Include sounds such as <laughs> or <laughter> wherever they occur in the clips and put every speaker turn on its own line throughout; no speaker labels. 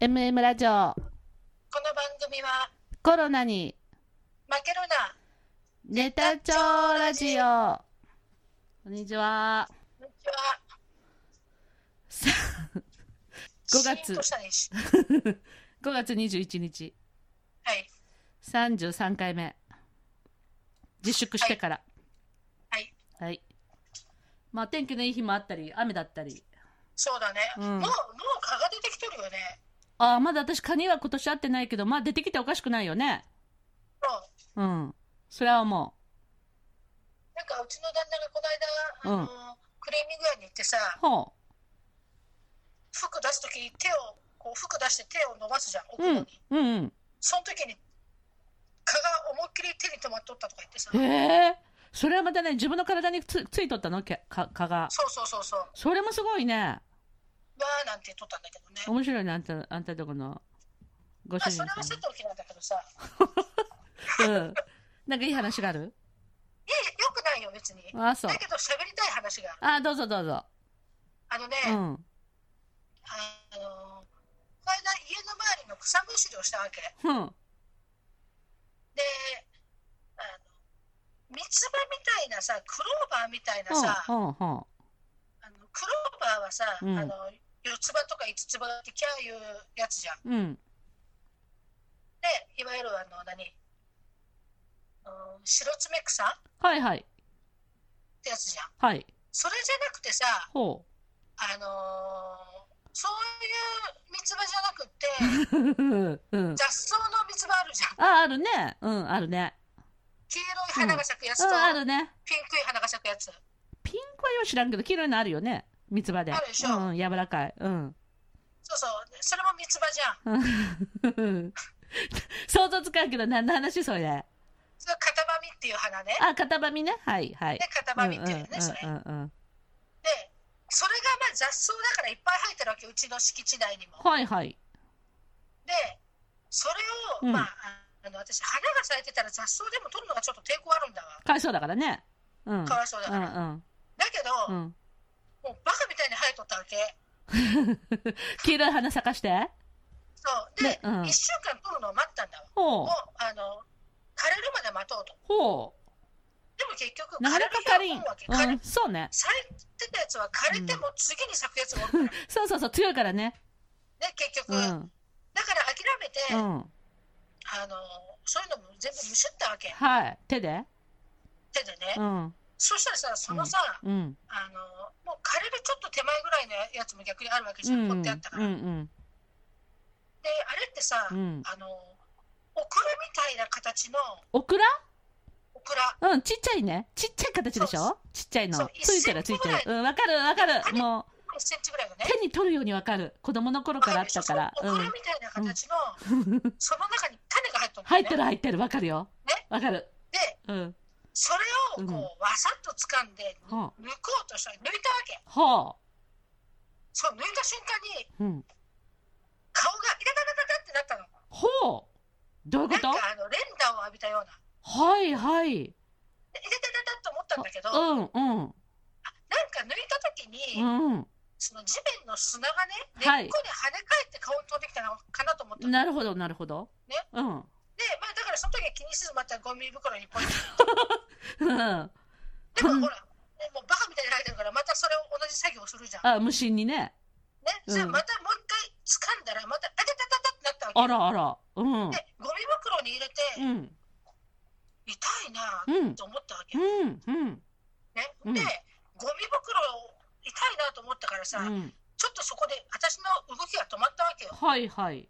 MM ラジオ
この番組は
コロナに
負けるな
ネタ帳ラジオこんにちは
こんにちは
さ5月
シーンとしたねし
5月21日
はい
33回目自粛してから
はい
はい、まあ天気のいい日もあったり雨だったり
そうだね、
うん
もうもう蚊が出てきてるよね
ああまだ私カニは今年会ってないけどまあ出てきておかしくないよね
そう
うんそれはも
なんかうちの旦那がこの間、あのクリーニング屋に行ってさ
うほ
服出す時手をこう服出して手を伸ばすじゃん奥のに、
ううん
その時に蚊が思いっきり手に止まっとったとか言ってさ
うんへえそれはまたね自分の体につついとったのけか蚊が
そうそうそうそう
それもすごいね
わーなんて言っとったんだけどね
面白いねあんたあんたとこのご
まあ
主
そ
人
れは
さ
さておきなんだけどさい
ん、うん、なんかいい話がある
やよくないよ別に
あそう
だけど喋りたい話がある
あどうぞどうぞ
あのね、
うん
あのこの間家の周りの草むしりをしたわけ
うん
であの三つ葉みたいなさクローバーみたいなさ、
うんうんうん
あのクローバーはさ、
うん
あの四つ葉とか五つ葉ってキャーいうやつじゃん
うん
でいわゆるあの何うん白爪草っ
はいはい
てやつじゃん
はい
それじゃなくてさ
ほ
あのーそういう三つ葉じゃなくて
<laughs> ううん
雑草の三つ葉あるじゃん
ああるねうんあるね
黄色い花が咲くやつ
う
と、
んあるね
ピンクい花が咲くやつ
ピンクはよう知らんけど黄色いのあるよね三つ葉で
あるでしょ
うん、柔らかいうん <laughs>
そうそう、それも三つ葉じゃん。
うん想像つかんけど何の話それあ
それ片ばみっていう花ね。
片ばみねはいはい
で、片ばみっていうね、それ。
うんうんうんうん
で、それがまあ雑草だからいっぱい生えてるわけ、うちの敷地内にも。
はいはい
で、それ
う
を、
ん
まあ、あの私、花が咲いてたら雑草でも取るのがちょっと抵抗あるんだわ。
かわいそうだからねうん
かわいそうだ
う
から。
ん
だけど、
うんうん
もうバカみたいに生えとったわけ。
黄色い花咲かして
そう。で、
ねうん
1週間取るのを待ったんだわ。
ほう
もう、あの、枯れるまで待とうと。
ほ
でも結局、
うな
枯
か
れ
な
る
かかり
日
ん
が来るわけ。
う
枯れ
んそうね
咲いてたやつは枯れても次に咲くやつがおるから。ね、
そうそうそう強いからね
結局。
うん
だから諦めて、
うん
あのそういうのも全部むしったわけ
はい手で
手でね、
うん
そしたらさそのさ、
うん
あのもう枯れるちょっと手前ぐらいのやつも逆にあるわけじ
う
ゃん、
んう
掘
ん
ってあったか
う
ら、で
ん
あれってさ、
うん
あのオクラみたいな形の
オクラ
オクラ
うんちっちゃいねちっちゃい形でし
そ
ょちっちゃい
そ
の
う
ついてるついてる
1センチ
うんわかるわかるも
1センチぐらいの
う
ね
手に取るようにわかる子供の頃からあったから
わ
う
かる
ん
でしょそのオクラみたいな形の、その中に種が入っとる
入っ
の
て
ね
る入ってるわかるよ
ね
わかる
で
うん
それをこう、
う
わ
ん
さっと掴んで抜
ほう
こうとしたら抜いたわけ
ほ
そう抜いた瞬間に
ううん
顔がイタタタタタってなったの
ほうどういうこ
なん
と
かあの連打を浴びたような
はいはい
でいててててと思ったんだけど、なん
うんうん
か抜いた時に、
うん
その地面の砂がね
は
根
い
っこに跳ね返って顔に飛んできたのかなと思ったの、
なるほどなるほど
ね
うん
でまあだからその時は気にせずまたゴミ袋にポイってで
うん
もほら、ねもうバカみたいに入ってるからまたそれを同じ作業をするじゃん
あ無心にね
ね
うん
それまたもう一回掴んだらまたあててててってなった
あ
わけ
らあらうん
でゴミ袋に入れ
う
て、
ん
痛いな
うん
と思ったわけ、
う
ね
んうん
でゴミ袋
うん
を痛いなと思ったから
う
さ、
ん
ちょっとそこで私の動きが止まったわけよ
はいはい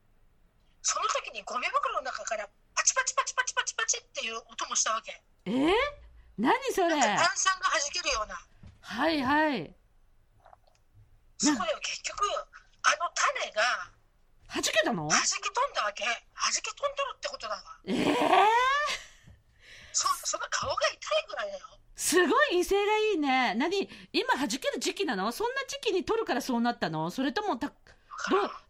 その時にゴミ袋の中からパチパチパチパチパチパチっていう音もしたわけ。
えー、何それ
なんか
は
炭酸が弾けるような。
いはい
そこで結局、あの種が
はじけたの
弾き飛んだわけ。弾き飛んでるってことだわ。
えー、
そその顔が痛いぐらいだよ。
すごい威勢がいいね何今はじける時期なのそんな時期に取るからそうなったのそれともたどう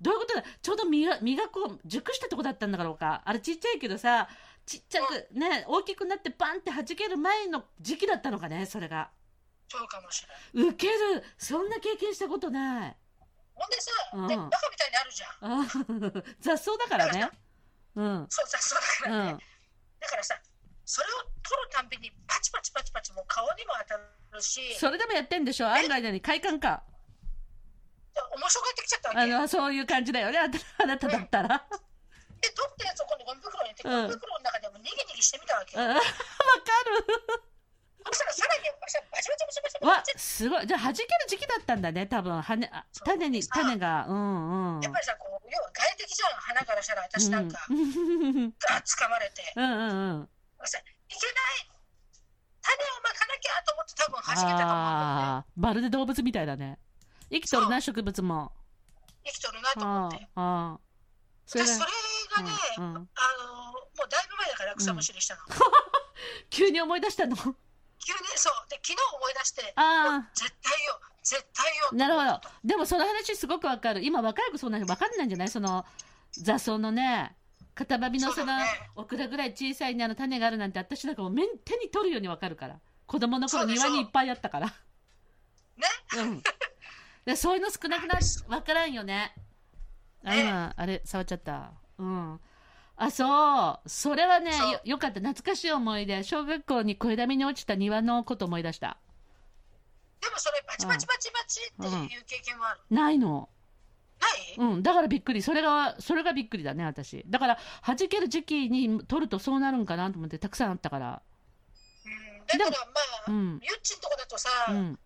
どういうことだちょうど実が実がこう熟したとこだったんだろうかあれちっちゃいけどさちっちゃくね大きくなってバンってはじける前の時期だったのかねそれが
そうかもしれない。
ウケるそんな経験したことない
もほんでさ、
うん
でバカみたいにあるじゃん
あ <laughs> 雑草だからね。うん。
そうさそうだか
う
らね、
ん。
だからさそれを取るたんびにパチパチパチパチもう顔にも当たるし
それでもやってんでしょ案外何快感か。
面白がってきちゃったわ
あ
けで取
の、そういう感じだよね。あなたあ <laughs> なただったら。
ってやつを今度ゴミ袋に入れて、
うん
ゴミ袋の中でもにぎにぎしてみたわけ、
うん。 <laughs> わか
そしたらさらにさバチバチバチ
る。
バ
わ
チバチ、
すごい。じゃあ、弾ける時期だったんだね、多分。羽、あ
そう
種に、種が。うんうん。
やっぱりさこう要は外敵じゃん花からしたら私なんか、
うんうん
ガッ掴まれて
うんうん。
さいけない種をまかなきゃと思って多分弾けたと思うんだよね
ああー、まるで動物みたいだね。生きとるな、植物も。
生きとるなと
あ
思っ
ー
て
あー。そ
私
で
それがね、
うんうん
あのもうだいぶ前だから草むしりしたの、
急に思い出したの。 <laughs>
急にそうで昨日思い出してもう
あ
絶対よ絶対よ
あ、なるほど。でもその話すごくわかる。今若い子そんなにわかんないんじゃないその雑草のね、片ばみの
そ
そうの
だね
オクラぐらい小さいねあの種があるなんて私なんかもう目に手に取るようにわかるから。子供の頃
そうでしょ
庭にいっぱいあったから。うん。でそういうの少なくなわからんよね。あ、
ね
今、あれ、触っちゃった。うん。あ、そう。それはね、
そう
よよかった。懐かしい思い出。小学校に小枝見に落ちた庭のこと思い出した。
でもそれバチバチバチバチっていう経験もある、
ないの。
ない、
うん、だからびっくり。それが、それがびっくりだね、私。だから、弾ける時期に取るとそうなるんかなと思って、たくさんあったから。
うん、だから
う
まあ、
ん。
ゆっちんとこだとさ、
うん。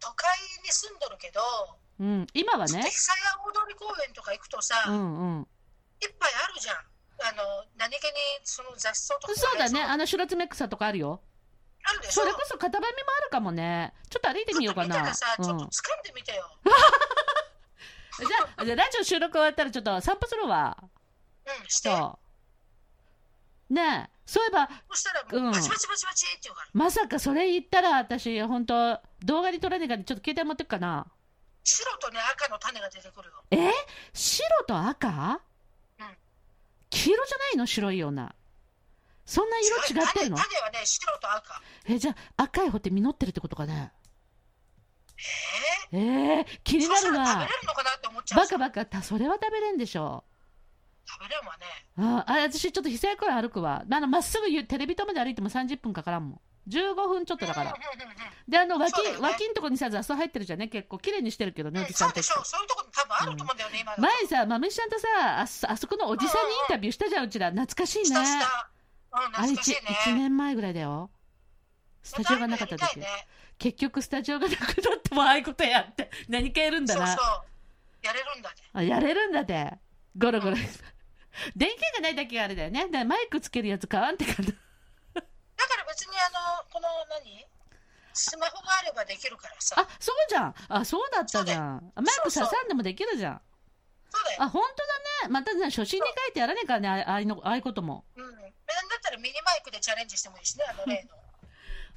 都会に住んどるけど、
うん。今は
ちょっ
ね
と。久屋大通公園とか行くとさ、
う
いっ
んうん。
ぱいあるじゃんあの何気にその雑草とか
そうだね。
あ
あの、白爪草とかあるよ。
るでし
そ
ょ
れこそ片ばみもあるかもね。ちょっと歩いてみよう
ち
か
ょっと見た
な
らさ。
う
ちょっと掴ん
ん。
でみてよ、
じゃあ、じゃあラジオ収録終わったらちょっと散歩するわ。
うん、して
そう。ねえ、そういえば、
そしたらも
うん
うバチバチバチバチって言うから、
まさかそれ言ったら私、本当動画に撮らねえからちょっと携帯持ってくかな。
白とね赤の種が出てくるよ
え白と赤
うん
黄色じゃないの白いような。そんな色違ってるの
種種はね白と赤
え、じゃあ赤い方って実ってるってことかね
え
ええ気
ー、
に
そ
な
した
る
ら食べ
わ
れ。るのかなって思っちゃう
バカバカ、たそれは食べれんでしょ
食べれるわね
う。あ、あ私ちょっと被災公園歩くわ。あの、まっすぐゆテレビ塔まで歩いても30分かからんもん。15分ちょっとだから。
うんうんうんうん
で、あの、脇、
そうだよね
脇んとこにさ、雑草入ってるじゃんね。結構、綺麗にしてるけどね、お
うん
じさ
そう
んた
で
ち
し。ょうそういうとこ多分あると思うんだよね、今だと
前さ、まめちゃんとさ、あそ、あそこのおじさんにインタビューしたじゃん、うちら。懐かしいね
し。たしたうん
あれ、
懐かし
一
いね
一年前ぐらいだよ。スタジオがなかった
やり
時
たい。ね
結局、スタジオがなくなっても、ああいうことやって。何かやるんだ
そう
な
そ。うやれるんだね
あやれるんだって。ゴロゴロ。電源がないだけがあれだよね。だからマイクつけるやつ買わんって感じ。
だから別にあのこの何スマホがあればできるからさ
あ、そうじゃん。あ、そうだったじゃん。あマイク刺さんでもできるじゃん。
そうだよ、
あ、本当だね。またね、初心に書いてやらねえからね、あああいうの、ああいうことも。
うん、なんだったらミニマイクでチャレンジしてもいいしねあの例の、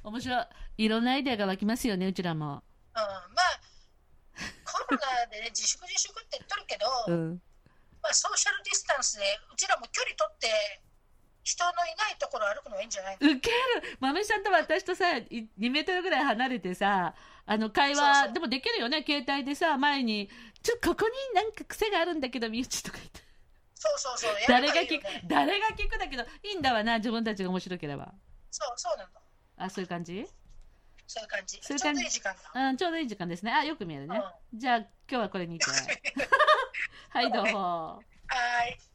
うん、
面白い。いろんなアイデアが湧きますよね、うちらも。
まあコロナで、ね、自粛自粛って言っとるけど、
ん。
まあ、ソーシャルディスタンスでうちらも距離取って人のいないところ歩くのがいいんじゃないの
ウケる豆さんと私とさ、い2メートルぐらい離れてさ、あの、会話、
そうそう
でもできるよね、携帯でさ、前に、ちょ、ここになんか癖があるんだけど、みうちとか言って。
そうそうそうや
誰
れ
が
ばいい
聞
よ
く、
ね
誰が聞くだけど、いいんだわな、自分たちが面白ければ。
そうそうなの
あ、そういう感じ
そういう感じ
そうい
ち
う
ょ
感
う
じ
どいい時間だ、
うん、ちょうどいい時間ですね。あ、よく見える
うん、
ね。
は
じゃあ、今日はこれにて。はい、どうも。
ーい